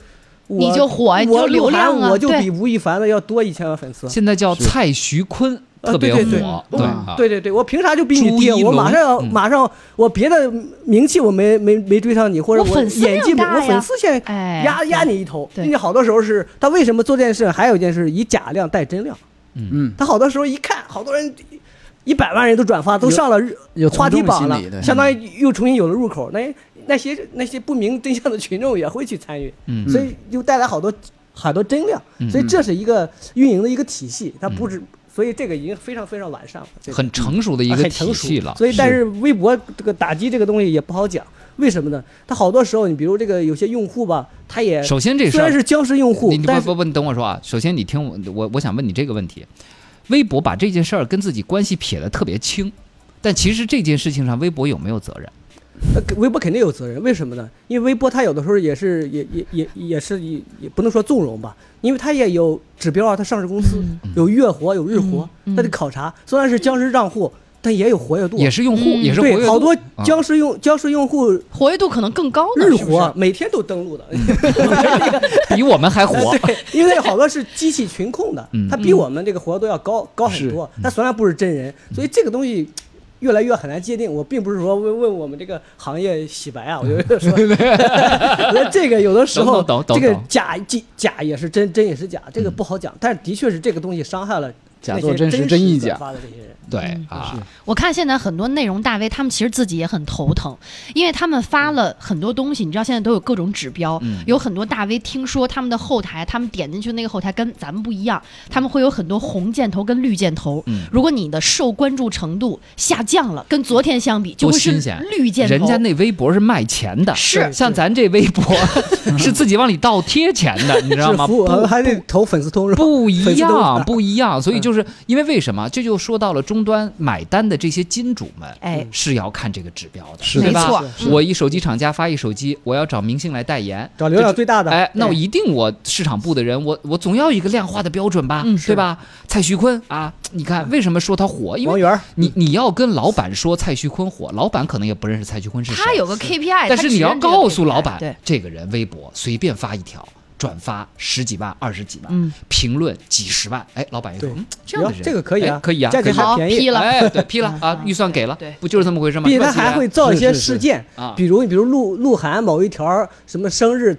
Speaker 4: 我
Speaker 3: 你就火你就
Speaker 4: 我
Speaker 3: 流量
Speaker 4: 鹿
Speaker 3: 啊
Speaker 4: 晗我就
Speaker 3: 对
Speaker 4: 比吴亦凡的要多一千万粉丝。
Speaker 2: 现在叫蔡徐坤，
Speaker 4: 啊
Speaker 2: 特别
Speaker 4: 对对对
Speaker 2: 火，
Speaker 4: 我
Speaker 2: 啊，
Speaker 4: 对对对，我凭啥就比你低
Speaker 2: 朱一？
Speaker 4: 我
Speaker 2: 龙
Speaker 4: 马上要
Speaker 2: 嗯
Speaker 4: 马上，我别的名气我没没没追上你，或者
Speaker 3: 我
Speaker 4: 我
Speaker 3: 粉丝量
Speaker 4: 演技不
Speaker 3: 大
Speaker 4: 我
Speaker 3: 呀
Speaker 4: 粉丝现在
Speaker 3: 哎，
Speaker 4: 压压你一头。
Speaker 3: 对
Speaker 4: 人家好多时候是他为什么做这件事？还有一件事，以假量带真量。
Speaker 5: 嗯，
Speaker 4: 他好多时候一看，好多人一百万人都转发，都上了日
Speaker 5: 有
Speaker 4: 话题榜
Speaker 5: 从众心理对
Speaker 4: 了，相当
Speaker 2: 嗯
Speaker 4: 于又重新有了入口。那那些那些不明真相的群众也会去参与，
Speaker 2: 嗯
Speaker 4: 所以就带来好多很多真量
Speaker 2: 嗯。
Speaker 4: 所以这是一个运营的一个体系，它不止，所以这个已经非常非常完善了，这个
Speaker 2: 很成熟的一
Speaker 4: 啊
Speaker 2: 个
Speaker 4: 很
Speaker 2: 体
Speaker 4: 成
Speaker 2: 系
Speaker 4: 熟
Speaker 2: 了，
Speaker 4: 所以，但是微博这个打击这个东西也不好讲，为什么呢？它好多时候，你比如这个有些用户吧，他也
Speaker 2: 首先这事
Speaker 4: 虽然
Speaker 2: 儿，
Speaker 4: 是僵尸用户
Speaker 2: 你，你
Speaker 4: 但
Speaker 2: 不
Speaker 4: 是
Speaker 2: 不不，你等我说啊。首先你听我，我我想问你这个问题：微博把这件事儿跟自己关系撇得特别清，但其实这件事情上微博有没有责任？
Speaker 4: 呃微博肯定有责任，为什么呢？因为微博它有的时候也是也也也也是也也不能说纵容吧，因为它也有指标啊，它上市公司
Speaker 3: 嗯
Speaker 4: 有月活有日活
Speaker 3: 嗯嗯，
Speaker 4: 它得考察。虽然是僵尸账户，但也有活跃度啊，
Speaker 2: 也是用户，
Speaker 3: 嗯
Speaker 2: 也是活跃
Speaker 4: 对，
Speaker 2: 度
Speaker 4: 好多
Speaker 2: 啊
Speaker 4: 僵尸用僵尸用户
Speaker 3: 活跃度可能更高呢。
Speaker 4: 日
Speaker 3: 是不是
Speaker 4: 活每天都 登录的，。
Speaker 2: 比我们还 火
Speaker 4: 对，因为那好多是机器群控的
Speaker 2: 嗯，
Speaker 4: 它比我们这个活跃度要高高很多，
Speaker 5: 嗯
Speaker 4: 它虽然不是真人，所以这个东西。越来越很难界定，我并不是说问问我们这个行业洗白啊，我觉 得说，我觉得这个有的时候
Speaker 2: 懂懂懂
Speaker 4: 这个
Speaker 2: 懂
Speaker 4: 假假假也是真，真也是假，这个不好讲，但是的确是这个东西伤害了
Speaker 5: 嗯假
Speaker 4: 那
Speaker 5: 作
Speaker 4: 些
Speaker 5: 真实
Speaker 4: 实
Speaker 5: 真亦
Speaker 4: 转
Speaker 5: 假
Speaker 4: 发的这些人，
Speaker 2: 对啊，
Speaker 3: 我看现在很多内容大 V，他们其实自己也很头疼，因为他们发了很多东西，你知道现在都有各种指标，
Speaker 2: 嗯
Speaker 3: 有很多大 V 听说他们的后台，他们点进去那个后台跟咱们不一样，他们会有很多红箭头跟绿箭头。
Speaker 2: 嗯
Speaker 3: 如果你的受关注程度下降了，跟昨天相比，就会是
Speaker 2: 多新鲜
Speaker 3: 绿箭头。
Speaker 2: 人家那微博是卖钱的，
Speaker 3: 是
Speaker 2: 像咱这微 博是自己往里倒贴钱的，你知道
Speaker 4: 是
Speaker 2: 吗？
Speaker 4: 服务
Speaker 2: 不
Speaker 4: 还得投粉丝通是吧？
Speaker 2: 不一
Speaker 4: 粉丝都
Speaker 2: 样，
Speaker 4: 是嗯
Speaker 2: 不一样。所以就是因为为什么，这就说到了终端买单的这些金主们，
Speaker 3: 哎
Speaker 2: 是要看这个指标的，
Speaker 5: 是
Speaker 2: 对
Speaker 5: 的
Speaker 2: 吧
Speaker 3: 没错
Speaker 4: 嗯是
Speaker 2: 我一手机厂家发一手机，我要找明星来代言，
Speaker 4: 找流量
Speaker 2: 这
Speaker 4: 最大的，
Speaker 2: 哎，那我一定我市场部的人，我我总要一个量化的标准吧，
Speaker 3: 嗯
Speaker 2: 对吧？蔡徐坤啊，你
Speaker 4: 嗯
Speaker 2: 看为什么说他火？因
Speaker 4: 王
Speaker 2: 为
Speaker 4: 源儿，
Speaker 3: 嗯
Speaker 2: 你你要跟老板说蔡徐坤火，老板可能也不认识蔡徐坤是谁，
Speaker 3: 他有个 KPI，
Speaker 2: 但
Speaker 3: 他
Speaker 2: 是
Speaker 3: 只
Speaker 2: 你要
Speaker 3: 认这个
Speaker 2: 告诉
Speaker 3: KPI
Speaker 2: 老板，
Speaker 3: 对，
Speaker 2: 这个人微博随便发一条，转发十几万、二十几万，
Speaker 3: 嗯
Speaker 2: 评论几十万，哎，老板一说，
Speaker 4: 对
Speaker 2: 嗯，这样的
Speaker 4: 哟
Speaker 2: 人
Speaker 4: 这个可以啊
Speaker 2: 哎可以啊，
Speaker 4: 价
Speaker 2: 可
Speaker 4: 格
Speaker 2: 以啊
Speaker 4: 还
Speaker 3: 好
Speaker 4: 便宜
Speaker 3: 批了
Speaker 2: 哎，对，批了啊
Speaker 3: 啊，
Speaker 2: 预算给了
Speaker 3: 对对，
Speaker 2: 不就是这么回事吗？啊
Speaker 4: 并且
Speaker 2: 问
Speaker 4: 他
Speaker 2: 几个
Speaker 4: 还
Speaker 2: 人
Speaker 4: 会造一些
Speaker 5: 是是是
Speaker 4: 事件，
Speaker 2: 啊
Speaker 4: 比如你比如鹿鹿晗某一条儿什么生日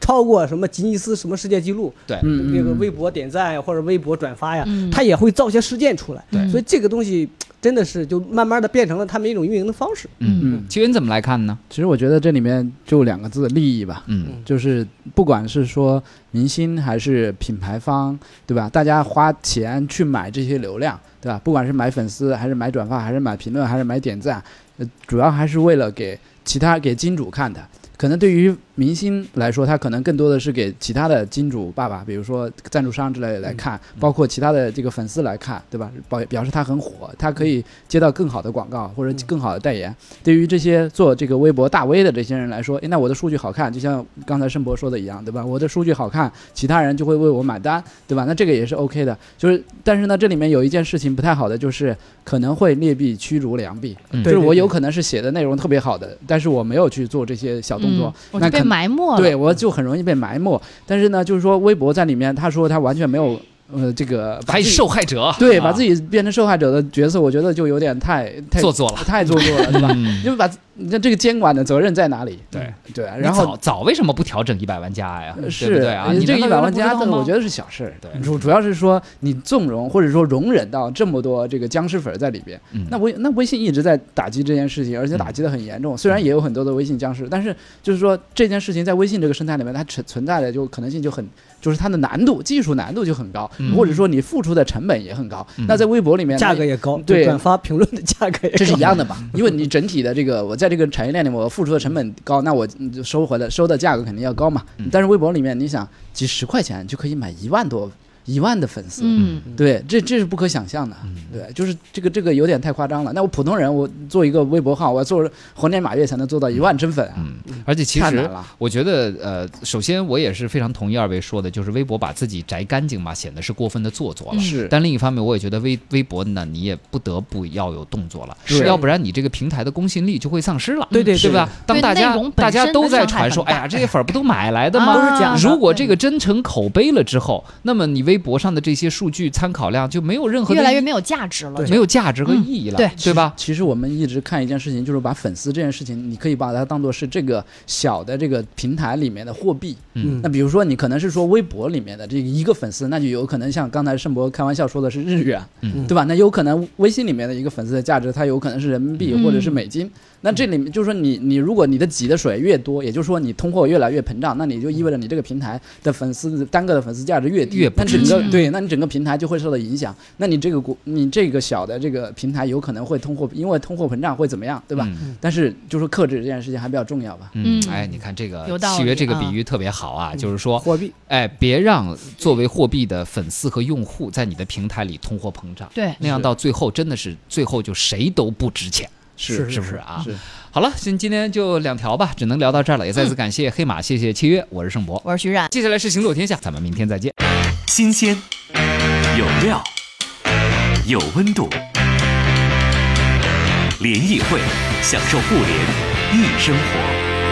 Speaker 4: 超过什么吉尼斯什么世界纪录，
Speaker 2: 对，
Speaker 5: 嗯
Speaker 4: 那个微博点赞呀或者微博转发呀，
Speaker 3: 嗯
Speaker 4: 他也会造一些事件出来。
Speaker 3: 对
Speaker 4: 所以这个东西真的是就慢慢的变成了他们一种运营的方式。
Speaker 2: 嗯，
Speaker 5: 嗯，
Speaker 2: 其实你怎么来看呢？
Speaker 5: 其实我觉得这里面就两个字，利益吧。
Speaker 2: 嗯
Speaker 5: 就是不管是说明星还是品牌方，对吧？大家花钱去买这些流量，对吧？不管是买粉丝，还是买转发，还是买评论，还是买点赞，呃，主要还是为了给其他给金主看的。可能对于明星来说，他可能更多的是给其他的金主爸爸，比如说赞助商之类的来看，包括其他的这个粉丝来看，对吧？表表示他很火，他可以接到更好的广告或者更好的代言。对于这些做这个微博大 V 的这些人来说，诶，那我的数据好看，就像刚才盛博说的一样，对吧？我的数据好看，其他人就会为我买单，对吧？那这个也是 OK 的。就是，但是呢，这里面有一件事情不太好的，就是可能会劣币驱逐良币，
Speaker 2: 嗯
Speaker 5: 就是
Speaker 4: 对
Speaker 5: 我
Speaker 4: 对
Speaker 5: 有可能是写的内容特别好的，但是我没有去做这些小动作
Speaker 3: 嗯，，我
Speaker 5: 那
Speaker 3: 就
Speaker 5: 可
Speaker 2: 哦
Speaker 3: 被埋没了。
Speaker 5: 对，我就很容易被埋没。但是呢，就是说微博在里面，他说他完全没有呃，这个把
Speaker 2: 还
Speaker 5: 自己
Speaker 2: 受害者，
Speaker 5: 对，
Speaker 2: 啊
Speaker 5: 把自己变成受害者的角色，我觉得就有点太太
Speaker 2: 做作了，
Speaker 5: 太做作 了，对 吧？
Speaker 2: 嗯
Speaker 5: 因为把那这个监管的责任在哪里？
Speaker 2: 对
Speaker 5: 对啊，
Speaker 2: 你
Speaker 5: 然后
Speaker 2: 早早为什么不调整一百万加呀？
Speaker 5: 是
Speaker 2: 对不对啊？
Speaker 5: 呃
Speaker 2: 你
Speaker 5: 这个一
Speaker 2: 难道
Speaker 5: 百万加
Speaker 2: 不知
Speaker 5: 的，
Speaker 2: 道吗
Speaker 5: 我觉得是小事。
Speaker 2: 对
Speaker 5: 主主要是说你纵容或者说容忍到这么多这个僵尸粉儿在里边。
Speaker 2: 嗯
Speaker 5: 那微那微信一直在打击这件事情，而且打击的很严重。
Speaker 2: 嗯
Speaker 5: 虽然也有很多的微信僵尸，但是就是说这件事情在微信这个生态里面，它存存在的就可能性就很，就是它的难度、技术难度就很高，
Speaker 2: 嗯
Speaker 5: 或者说你付出的成本也很高。
Speaker 2: 嗯
Speaker 5: 那在微博里面，
Speaker 4: 价格也高，
Speaker 5: 对
Speaker 4: 转发评论的价格也高
Speaker 5: 这是一样 的嘛？因为你整体的这个，我在这个产业链里，我付出的成本高，那我嗯就收回来收的价格肯定要高嘛
Speaker 2: 嗯。
Speaker 5: 但是微博里面，你想几十块钱就可以买一万多一万的粉丝，
Speaker 3: 嗯，
Speaker 5: 对，这这是不可想象的。
Speaker 2: 嗯
Speaker 5: 对，就是这个这个有点太夸张了。那我普通人，我做一个微博号，我要做猴年马月才能做到一万真粉啊，
Speaker 2: 嗯，而且其
Speaker 5: 太难
Speaker 2: 实
Speaker 5: 了。
Speaker 2: 我觉得，呃，首先我也是非常同意二位说的，就是微博把自己摘干净嘛，显得是过分的做作了。
Speaker 3: 嗯
Speaker 5: 是，
Speaker 2: 但另一方面，我也觉得微微博呢，你也不得不要有动作了，
Speaker 5: 是
Speaker 2: 要不然你这个平台的公信力就会丧失了。
Speaker 4: 对对
Speaker 2: 对吧？当
Speaker 3: 对
Speaker 2: 大
Speaker 3: 内
Speaker 2: 家
Speaker 3: 容本
Speaker 2: 大家
Speaker 3: 身
Speaker 2: 都
Speaker 3: 的
Speaker 2: 在
Speaker 3: 伤害
Speaker 2: 传
Speaker 3: 很
Speaker 2: 说，哎呀，
Speaker 3: 大
Speaker 2: 这些粉儿不都买来的
Speaker 3: 啊
Speaker 2: 吗？
Speaker 4: 都是假的
Speaker 2: 如果这
Speaker 3: 对
Speaker 2: 个真成口碑了之后，那么你微博上的这些数据参考量就没有任何的
Speaker 3: 越来
Speaker 2: 意
Speaker 3: 越没有价值了
Speaker 4: 对。
Speaker 2: 没有价值和
Speaker 3: 嗯
Speaker 2: 意义了，
Speaker 3: 对
Speaker 2: 对吧？
Speaker 5: 其实我们一直看一件事情，就是把粉丝这件事情，你可以把它当做是这个小的这个平台里面的货币。
Speaker 4: 嗯
Speaker 5: 那比如说你可能是说微博里面的这一个粉丝，那就有可能像刚才盛博开玩笑说的是日元，
Speaker 2: 嗯
Speaker 5: 对吧？那有可能微信里面的一个粉丝的价值，它有可能是人民币
Speaker 3: 嗯
Speaker 5: 或者是美金。那这里面就是说你你如果你的挤的水越多，也就是说你通货越来越膨胀，那你就意味着你这个平台的粉丝单个的粉丝价值越低，
Speaker 2: 越不
Speaker 5: 那整
Speaker 3: 值
Speaker 5: 个
Speaker 3: 钱
Speaker 5: 对，那你整个平台就会受到影响。那你这个国你这个小的这个平台有可能会通货，因为通货膨胀会怎么样，对吧？
Speaker 2: 嗯
Speaker 5: 但是就是克制这件事情还比较重要吧。
Speaker 2: 嗯，
Speaker 3: 嗯
Speaker 2: 哎，你看这个
Speaker 3: 有道
Speaker 2: 契约
Speaker 3: 理
Speaker 2: 这个比
Speaker 3: 啊
Speaker 2: 喻特别好啊，就是说，
Speaker 4: 货币，
Speaker 2: 哎，别让作为货币的粉丝和用户在你的平台里通货膨胀，
Speaker 3: 对，
Speaker 2: 那样
Speaker 5: 是
Speaker 2: 到最后真的是最后就谁都不值钱，是不是啊？
Speaker 5: 是
Speaker 2: 好了，今今天就两条吧，只能聊到这儿了。也再次感谢黑马，谢谢契约，我是盛博，
Speaker 3: 我是徐冉。
Speaker 2: 接下来是行走天下，咱们明天再见。
Speaker 1: 新鲜、有料、有温度。联谊会，享受互联易生活。